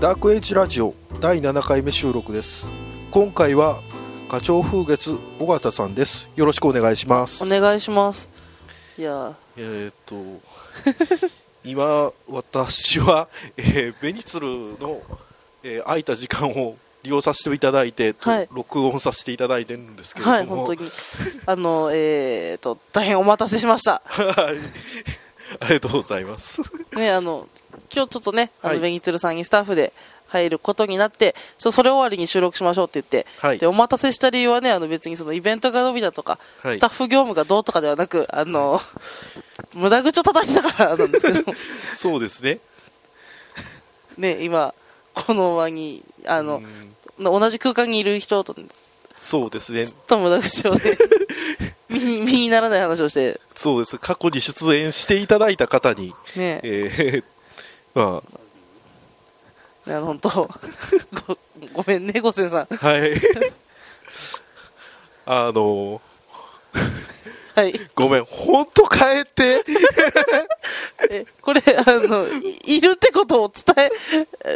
ダークエイジラジオ第7回目収録です今回は課長風月尾形さんですよろしくお願いしますお願いしますいやえーっと 今私は、えーベニツルの、えー空いた時間を利用させていただいて、とはい録音させていただいてるんですけーれどもは い本当にあのえー、と大変お待たせしましたはいありがとうございますねあの今日ちょっとねあの、はいベニツルさんにスタッフで入ることになってちょそれ終わりに収録しましょうって言って、はいでお待たせした理由はねあの別にそのイベントが伸びだとか、はいスタッフ業務がどうとかではなくあの、無駄口を叩いてたからなんですけ どそうですねね今この場にあうのん、同じ空間にいる人とそうですねちょっと無 駄口をね身に身にならない話をしてそうです過去に出演していただいた方にねええー まねあの本当ごごめんね五千さんあはいあのはいごめん本当変えてえこれあのいいるってことを伝え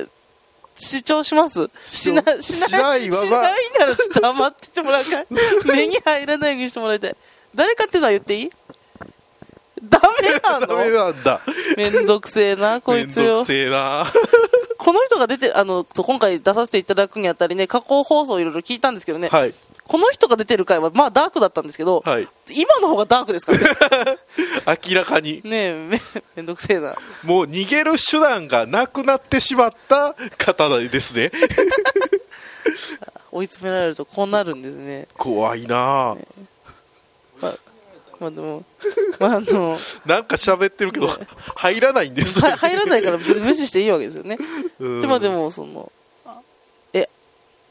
え主張しますしなししなないいわしないならちょっと黙っててもら うから目に入らないようにしてもらいたい誰かっていうのは言っていいダメなダメのなんだめんどくせえなこいつめんどよくせえなこの人が出てあのそう今回出させていただくにあたりね過去放送いろいろ聞いたんですけどね、はいこの人が出てる回はまあダークだったんですけど、はい今の方がダークですからね明らかにねえめめんどくせえなもう逃げる手段がなくなってしまった方ですね追い詰められるとこうなるんですね怖いなまあ、まあでも、まあ、あのなんか喋ってるけど入らないんですは入らないから別に無視していいわけですよねうんでまあでもそのあえ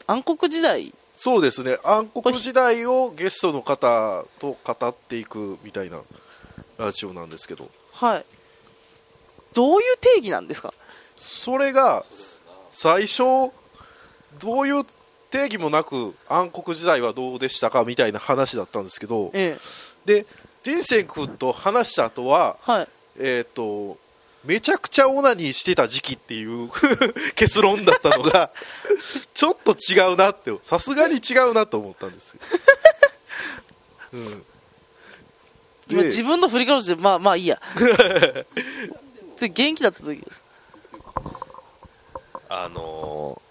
暗黒時代そうですね暗黒時代をゲストの方と語っていくみたいなラジオなんですけどはいどういう定義なんですかそれが最初どういう定義もなく暗黒時代はどうでしたかみたいな話だったんですけどええで人生君と話した後ははいえっ、とめちゃくちゃオナニーしてた時期っていう 結論だったの がちょっと違うなってさすがに違うなと思ったん ですよ、うん、今で自分の振り返りしてまあまあい いやで元気だった時ですあの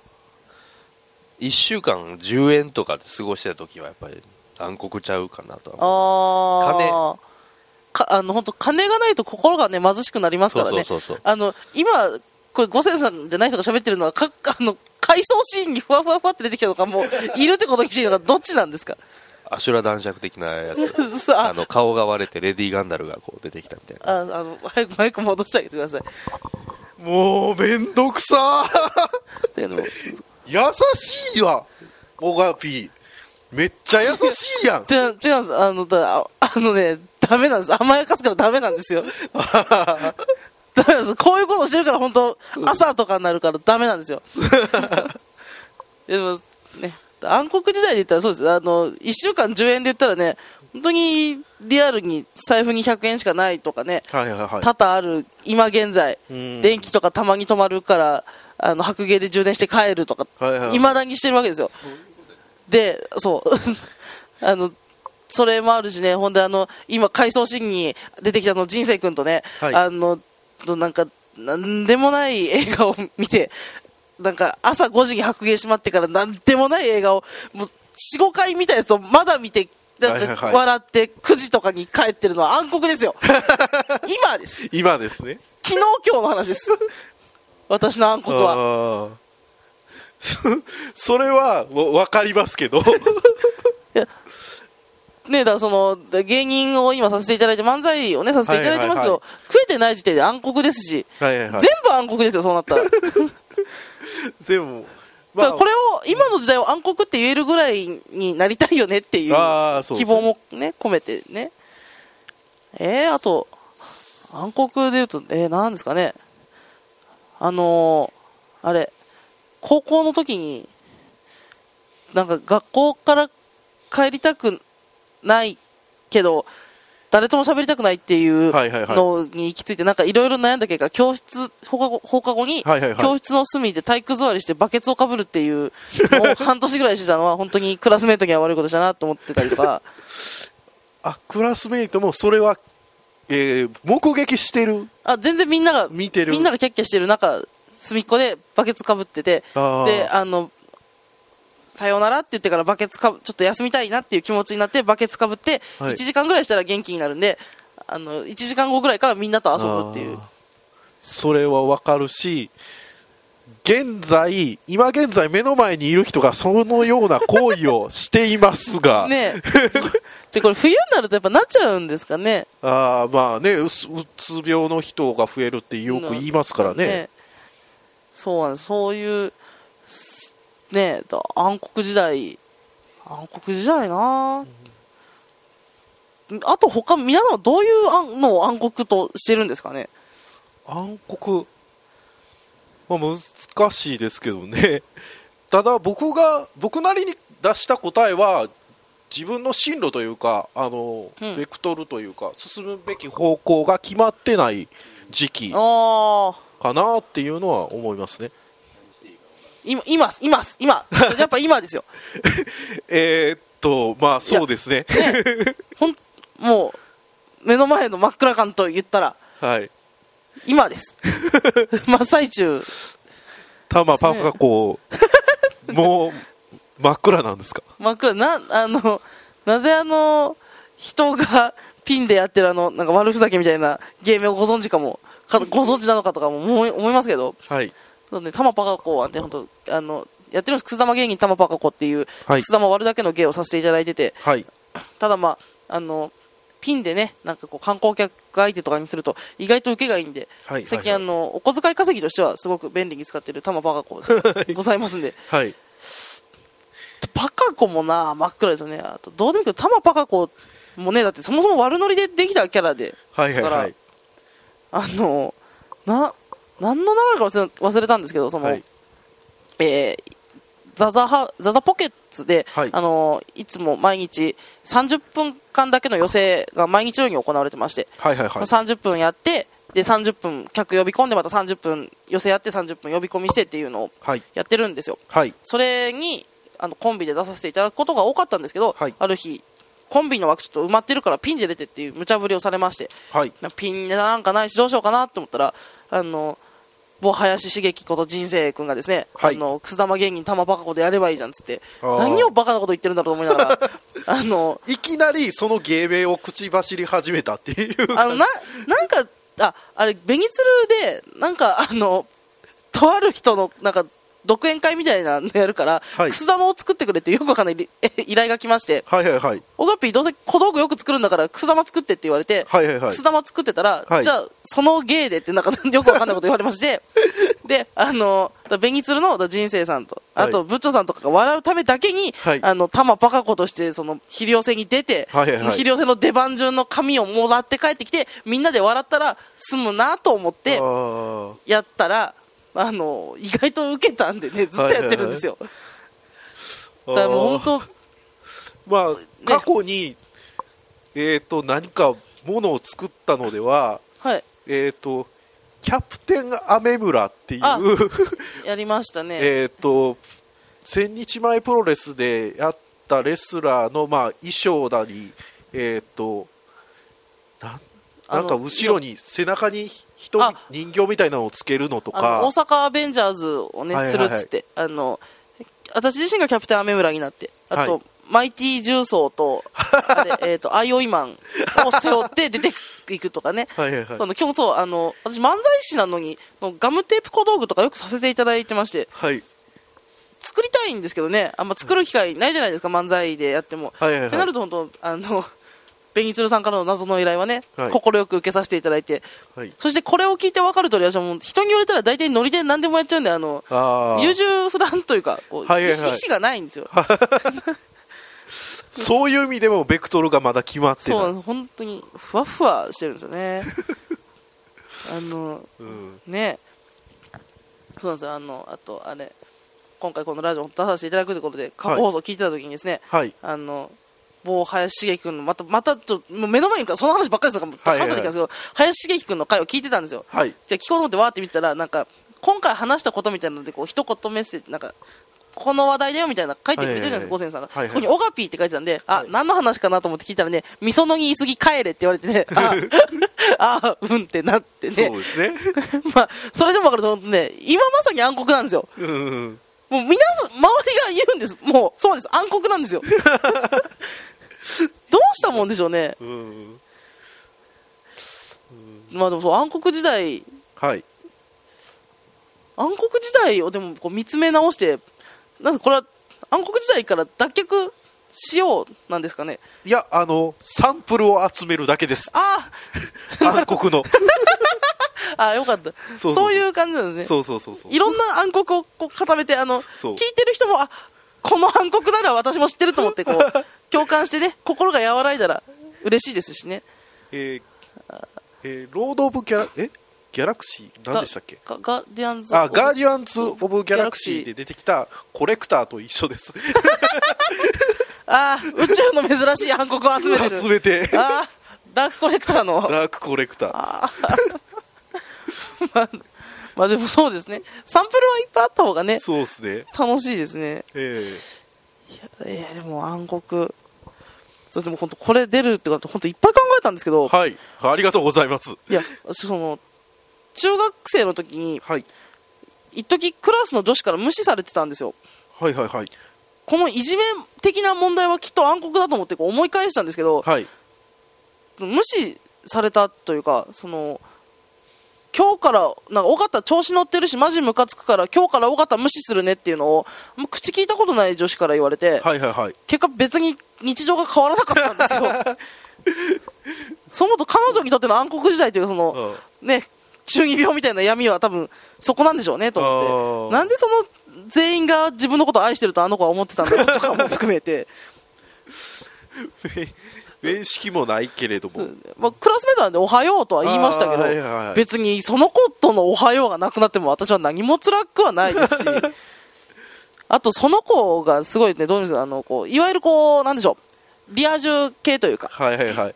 ー、1週間10円とかで過ごしてた時はやっぱり暗黒ちゃうかなとはああ金かあの本当金がないと心がね貧しくなりますからねそうそうそうそうあの今これ五千さんじゃない人が喋ってるのはかあの回想シーンにふわふわふわって出てきたのか もういるってことにしているのかどっちなんですかアシュラ男爵的なや つさあの顔が割れてレディー・ガンダルがこう出てきたみたいなああの早くマイク戻してあげてくださいもうめんどくさーであの優しいわオガピーめっちゃ優しいやん違う違うんですあのだああのねダメなんです甘やかすからダメなんです よダメなんですこういうことしてるから本当朝とかになるからダメなんです よでもね暗黒時代で言ったらそうですあの1週間10円で言ったらね本当にリアルに財布に100円しかないとかねはいはいはい多々ある今現在うん電気とかたまに止まるからあの白芸で充電して帰るとかはいはいはいいまだにしてるわけですよでそう あのそれもあるしねほんであの今回想シーンに出てきたあの人生君とね、はいあのとなんかなんでもない映画を見てなんか朝5時に白芸しまってからなんでもない映画をもう45回見たやつをまだ見てなはいはいんはかい笑って9時とかに帰ってるのは暗黒 ですよ今です今ですね昨日今日の話です 私の暗黒ははそ それは分かりますけ どねだからそので芸人を今させていただいて漫才をねさせていただいてますけど、はいはいは食えてない時点で暗黒ですし、はいはいはい全部暗黒ですよそうなったらだかでも、らこれを今の時代を暗黒って言えるぐらいになりたいよねっていうあーそう希ですね望もね込めてねえー、あと暗黒で言うとえー、なんですかねあのー、あれ高校の時になんか学校から帰りたくないけど誰とも喋りたくないっていうはいはいはいのに行き着いて、なんかいろいろ悩んだ結果、教室、放課後放課後にはいはいはい、教室の隅で体育座りしてバケツをかぶるっていう、もう半年ぐらいしてたのは、本当にクラスメートには悪いことしたなと思ってたりと か、あクラスメイトもそれは、えー目撃してるあ、全然みんなが、見てるみんながキャッキャしてる中、隅っこでバケツかぶってて、あーで、あの、さようならって言ってからバケツかぶ、ちょっと休みたいなっていう気持ちになって、バケツかぶって、はい1時間ぐらいしたら元気になるんで、あの、1時間後ぐらいからみんなと遊ぶっていうあー。それはわかるし現在今現在目の前にいる人がそのような行為をしています が、ねえ。で、これ冬になるとやっぱなっちゃうんですかね。あーまあねうつうつ病の人が増えるってよく言いますからねえそうなんです。そういう、すねえ、だ暗黒時代、暗黒時代なああと他、皆さんはどういう暗のを暗黒としてるんですかね。暗黒、まあ、難しいですけどね ただ僕が僕なりに出した答えは自分の進路というかあの、うんベクトルというか進むべき方向が決まってない時期ああ。かなっていうのは思いますね今、今、今、今、やっぱ 今ですよ。えーっとまあそうですねほん、もう、目の前の真っ暗感と言ったら、はい今 です。真っ最中。玉パパこ うもう真っ暗なんですか真っ暗。な、あの、なぜあの、人がピンでやってるあの、なんか悪ふざけみたいなゲームをご存知かも、かご存知なのかとかも思い思いますけど、はいそうね、玉パカコはね、本当あの、やってるんです。くす玉芸人玉パカコっていう、はいくす玉割るだけの芸をさせていただいてて、はいただまあ、あの、ピンでね、なんかこう観光客相手とかにすると意外と受けがいいんで、はい最は近あいの、お小遣い稼ぎとしてはすごく便利に使ってる玉パ カコございますんで、はいパカコもな、真っ暗ですよね。あと、どうでもいいけど、玉パカコもね、だってそもそも悪ノリでできたキャラで、はいはいはでいあの、な、何の流れか忘れ忘れたんですけど、その、はいえーザザハザザポケッツで、はいい、あのいつも毎日30分間だけの寄席が毎日のように行われてまして、はいはいはい30分やってで30分客呼び込んでまた30分寄席やって30分呼び込みしてっていうのをはいやってるんですよはいそれにあのコンビで出させていただくことが多かったんですけど、はいある日コンビの枠ちょっと埋まってるからピンで出てっていう無茶ぶりをされましてはいなピンネタなんかないしどうしようかなと思ったらあの某林茂樹こと人生君がですね、はいあのくす玉芸人玉バカ子でやればいいじゃんっつってあー何をバカなこと言ってるんだろうと思い ながらあのいきなりその芸名を口走り始めたっていう あのななんかああれベニツルでなんかあのとある人のなんか独演会みたいなのやるから、はいくす玉を作ってくれっていうよくわかんないり依頼が来ましてはいはいはいオガピーどうせ小道具よく作るんだからくす玉作ってって言われて、はいはいはいくす玉作ってたら、はいじゃあその芸でってなんかよくわかんないこと言われまして であのだ紅鶴のだ人生さんとあはと部長さんとかが笑うためだけに、はいあの玉バカ子としてその肥料性に出て、はいはいはいその肥料性の出番順の紙をもらって帰ってきてみんなで笑ったら済むなと思ってあーやったらあの意外と受けたんでねずっとやってるんですよ、あーだからもう本当まあ過去にえっ、と何かものを作ったのでははいえっ、とキャプテンアメムラっていうあやりましたね、えっと千日前プロレスでやったレスラーのまあ衣装だりえっ、となんあのなんか後ろに背中に人あ人形みたいなのをつけるのとあかの大阪アベンジャーズをね、はいはいすはいるっつってあの私自身がキャプテンアメ村になってあと、はいマイティ重 曹とあれ、えー、とアイオイマンを背負って出ていくとかねはいはいはいその今日そうあの私漫才師なのにそのガムテープ小道具とかよくさせていただいてましてはい作りたいんですけどねあんま作る機会ないじゃないですか漫才でやっても。はいはいはいってなると本当あの 紅鶴さんからの謎の依頼はね快、はいく受けさせていただいてはいそしてこれを聞いて分かるとおり私はもう人に言われたら大体ノリで何でもやっちゃうんであのあー優柔不断というかこう、はいはいはい意思意思がないんですよそういう意味でもベクトルがまだ決まってないそうなんです本当にふわふわしてるんですよ ねあのうんねそうなんですよあのあとあれ今回このラジオ出させていただくということで過去放送聞いてた時にですね、はいあのもう林茂樹君のまたまたちょもう目の前にいるからその話ばっかりですからはいはい簡単にいきますけど、林茂樹君の回を聞いてたんですよ、はいで聞こうと思ってわーって見たらなんか今回話したことみたいなのでこう一言メッセージなんかこの話題だよみたいな書いてくれてるじゃないですか、はいはいはいゴセンさんが、はいはいそこにオガピーって書いてたんで、はあい何の話かなと思って聞いたらね、みそのぎいすぎ帰れって言われ てね、ああ、うんってなってね、そうですね まあ、それでも分かると思うね、今まさに暗黒なんですよ。うんうんもう皆さん、周りが言うんです。もう、そうです。暗黒なんですよ。 どうしたもんでしょうね。うんまあでもそう、暗黒時代、はい暗黒時代をでもこう見つめ直して、なんかこれは暗黒時代から脱却しようなんですかね。いやあのサンプルを集めるだけ ですあ暗黒のーあー、よかった。そそうそううそういう感じなんですね。そうそうそうそういろんな暗黒をこう固めて、あの、そ聞ういてる人も、あこの暗黒なら私も知ってると 思って、こう、共感してね、心が和らいだら嬉しいですしね。えーえーロード・オブ・ギャラえギャラクシー何でしたっけガガディアンズあガーデディアンズ・オブ・ギャラクシーで出てきたコレクターと一緒ですあー宇宙の珍しい暗黒を集めてる 集めてあーダークコレクターのダークコレクターまあでもそうですねサンプルはいっぱいあった方がねそうですね楽しいですねええいやでも暗黒そうでも本当これ出るってこと本当いっぱい考えたんですけど、はいありがとうございますい、や私その中学生の時にはい、一時クラスの女子から無視されてたんですよはいはいはいこのいじめ的な問題はきっと暗黒だと思ってこう思い返したんですけど、はい無視されたというかその今日からなんか尾形調子乗ってるしマジムカつくから今日から尾形無視するねっていうのをもう口聞いたことない女子から言われて、はいはいはい結果別に日常が変わらなかったんです よそう思うと彼女にとっての暗黒時代というかその、うん ね中二病みたいな闇は多分そこなんでしょうねと思ってあーなんでその全員が自分のことを愛してるとあの子は思ってたんだろうとかも含めて、面識もないけれどもまあ、クラスメートなんで「おはよう」とは言いましたけど、あーはいはいはい別にそのことの「おはよう」がなくなっても私は何も辛くはないで すしあとその子がすごいねどういうんですかあのこういわゆるこうなんでしょうリア充系というか、はいはいはい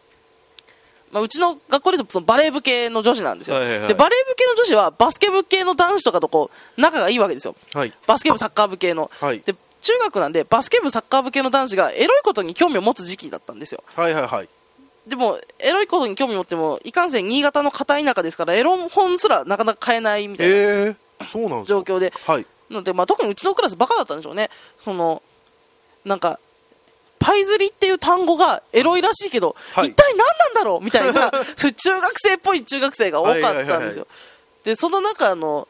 まあ、うちの学校でいうとそのバレー部系の女子なんですよ、はいはいはいでバレー部系の女子はバスケ部系の男子とかとこう仲がいいわけですよはいバスケ部サッカー部系の、はいで中学なんでバスケ部サッカー部系の男子がエロいことに興味を持つ時期だったんですよはいはいはいでも、エロいことに興味持っても、いかんせん新潟の片田舎ですから、エロ本すらなかなか買えないみたいなええそうなんです状か況で、はいなので、まあ、特にうちのクラスバカだったんでしょうね。その、なんか、パイ釣りっていう単語がエロいらしいけど、はい一体何なんだろうみたい な、そういう中学生っぽい中学生が多かったんですよ。はいはいはいはいで、その中の、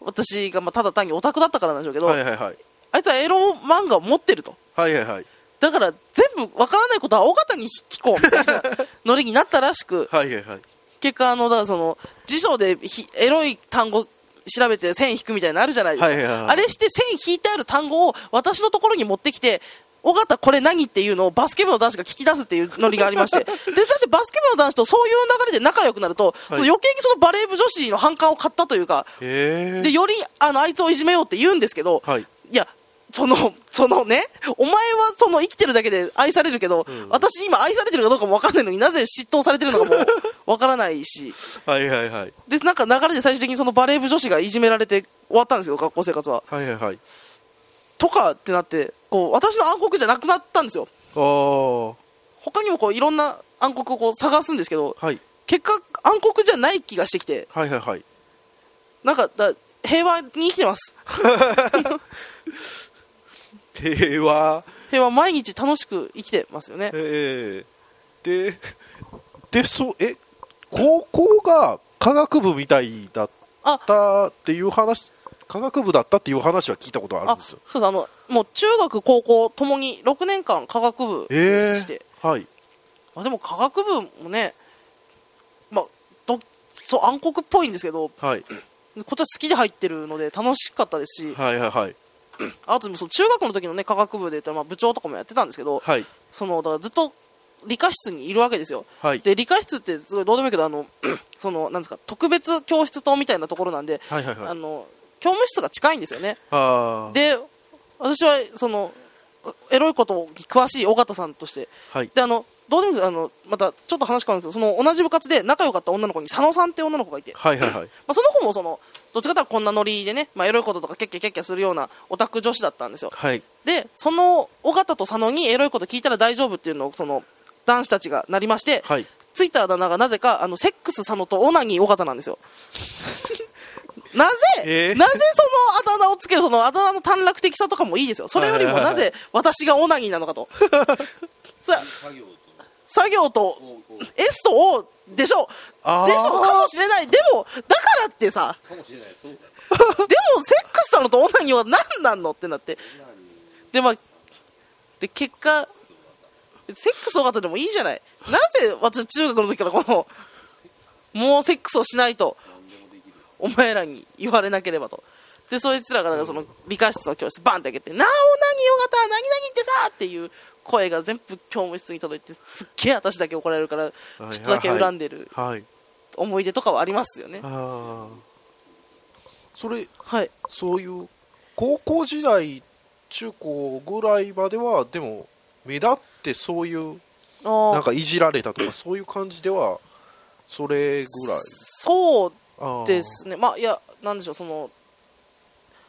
私がまあただ単にオタクだったからなんでしょうけど、はいはいはいあいつはエロ漫画を持ってると。はいはいはいだから全部わからないことは尾形に聞こうみたいなノリになったらしく、はいはいはい結果あのだからその辞書でひエロい単語調べて線引くみたいなのあるじゃないですか、はいはいはいあれして線引いてある単語を私のところに持ってきて尾形これ何っていうのをバスケ部の男子が聞き出すっていうノリがあり ましてでだってバスケ部の男子とそういう流れで仲良くなると、その余計にそのバレー部女子の反感を買ったというかええでよりあのあいつをいじめようって言うんですけど、はいいや、その、そのね、お前はその生きてるだけで愛されるけど、私今愛されてるかどうかも分からないのになぜ嫉妬されてるのかも分からないし、はいはいはいで、なんか流れで最終的にそのバレー部女子がいじめられて終わったんですよ、学校生活は。はいはいはいとかってなって、こう、私の暗黒じゃなくなったんですよ。ああは他にもこう、いろんな暗黒をこう探すんですけど、い結果暗黒じゃない気がしてきて、はいはいはいなんか、だ平和に生きてます。 平和平和毎日楽しく生きてますよね。ええででそうえ高校が科学部みたいだっあ、たっていう話科学部だったっていう話は聞いたことあるんあですそようですあのもう中学高校ともに6年間科学部ええして、はいまあ、でも科学部もね、まあ、どそう暗黒っぽいんですけどこはいっちは好きで入ってるので楽しかったですしはいはいはいあとその中学の時の、ね、科学部で言ったらまあ部長とかもやってたんですけど、はいそのだからずっと理科室にいるわけですよはいで理科室ってすごいどうでもいいけどあの そのなんですか特別教室棟みたいなところなんで、はいはいはいあの教務室が近いんですよねああで私はそのエロいことに詳しい尾形さんとしてはいであのどうでもいいですあのまたちょっと話変わるんですけどその同じ部活で仲良かった女の子に佐野さんって女の子がいて、はいはいはいまあ、その子もそのどっちかというとこんなノリでね、まあ、エロいこととかキャッキャキャッキャするようなオタク女子だったんですよはいでその尾形と佐野にエロいこと聞いたら大丈夫っていうのをその男子たちがなりまして、はいツイッターだながなぜかあのセックス佐野とオナニー尾形なんですよ なぜ、えーなぜそのあだ名をつけるそのあだ名の短絡的さとかもいいですよそれよりもはいはいなはいぜ私がオナニーな のかとさ作業と S と O でしょあーでしょかもしれないでもだからってさでもセックスなのとオナニーは何なんのってなってでまあで結果セックス尾形でもいいじゃないなぜ私中学の時からこのもうセックスをしないとお前らに言われなければとでそいつらがなんかその理科室の教室バンって開けて「なあオナニー尾形何々ってさ」っていう声が全部教務室に届いてすっげえ私だけ怒られるからちょっとだけ恨んでるはい思い出とかはありますよねああそれはいそういう高校時代中高ぐらいまではでも目立ってそういうあーなんかいじられたとかそういう感じではそれぐらいそうあーですね、まあ、いや、なんでしょう、その、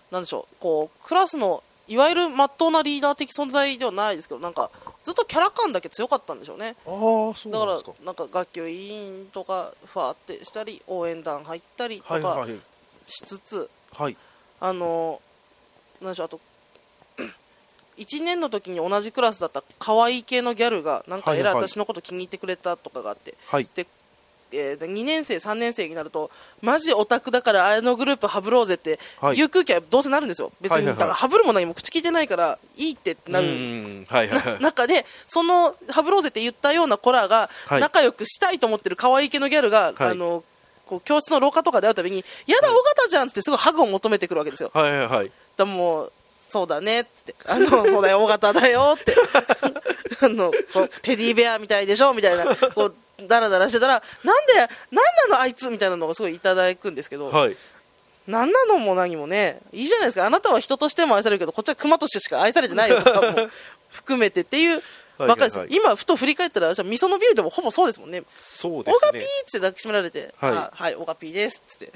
なんでしょう、こう、クラスの、いわゆるまっとうなリーダー的存在ではないですけど、なんか、ずっとキャラ感だけ強かったんでしょうね。あーそうだかなんでらすか、なんか、学級委員とか、ファーってしたり、応援団入ったりはといはかいはいしつつ、はいあの、なんでしょう、あと、1年の時に同じクラスだった可愛い系のギャルが、なんか、えらいはいはい私のこと気に入ってくれたとかがあって、はいえーで2年生3年生になるとマジオタクだからあのグループハブろうぜってはいいう空気はどうせなるんですよ、別に、はいはいはいだからハブるも何も口聞いてないからいいってなうるんはいはいはい中でそのハブろうぜって言ったような子らがはい仲良くしたいと思ってる可愛い系のギャルが、はいあのこう教室の廊下とかで会うたびに「やだ尾形じゃん」っつってすごいハグを求めてくるわけですよ。はいはいはいだからもうそうだねっつって「あのそうだよ尾形だよ」って あのこうテディベアみたいでしょみたいなこうダラダラしてたら「なんでなんなのあいつ」みたいなのがすごいいただくんですけど、はいなんなのも何もねいいじゃないですかあなたは人としても愛されるけどこっちは熊としてしか愛されてないよとかも含めてっていうばっかりですよ、はいはい今ふと振り返ったらじゃあみそのビューでもほぼそうですもんねそうオでガすピねーっつって抱きしめられて「はいあはいオガピーです」っつって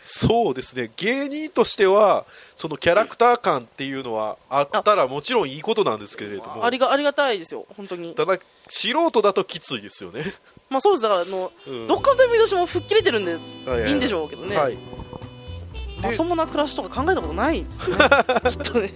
そうですね芸人としてはそのキャラクター感っていうのはあったらもちろんいいことなんですけれどもありがありがたいですよ本当にただ素人だときついですよねまあそうですだからあの、うんどっかの見出しも吹っ切れてるんではいはいいいんでしょうけどね、はい まともな暮らしとか考えたことないですねきっとね